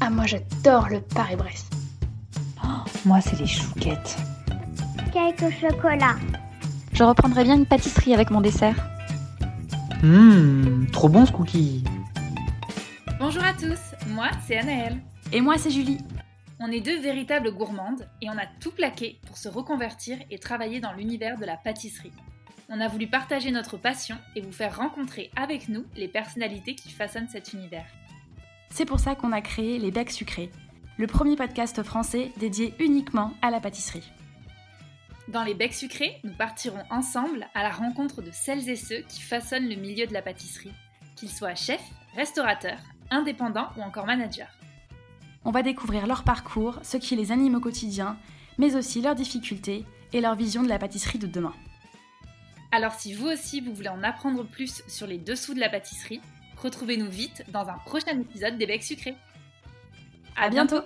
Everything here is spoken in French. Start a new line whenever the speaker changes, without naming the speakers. Ah, moi j'adore le Paris-Brest.
Moi, c'est les chouquettes.
Cake au chocolat.
Je reprendrai bien une pâtisserie avec mon dessert.
Hum, trop bon ce cookie.
Bonjour à tous, moi c'est Anaëlle.
Et moi, c'est Julie.
On est deux véritables gourmandes et on a tout plaqué pour se reconvertir et travailler dans l'univers de la pâtisserie. On a voulu partager notre passion et vous faire rencontrer avec nous les personnalités qui façonnent cet univers.
C'est pour ça qu'on a créé Les Becs Sucrés, le premier podcast français dédié uniquement à la pâtisserie.
Dans les becs sucrés, nous partirons ensemble à la rencontre de celles et ceux qui façonnent le milieu de la pâtisserie, qu'ils soient chefs, restaurateurs, indépendants ou encore managers.
On va découvrir leur parcours, ce qui les anime au quotidien, mais aussi leurs difficultés et leur vision de la pâtisserie de demain.
Alors si vous aussi vous voulez en apprendre plus sur les dessous de la pâtisserie, retrouvez-nous vite dans un prochain épisode des becs sucrés.
À bientôt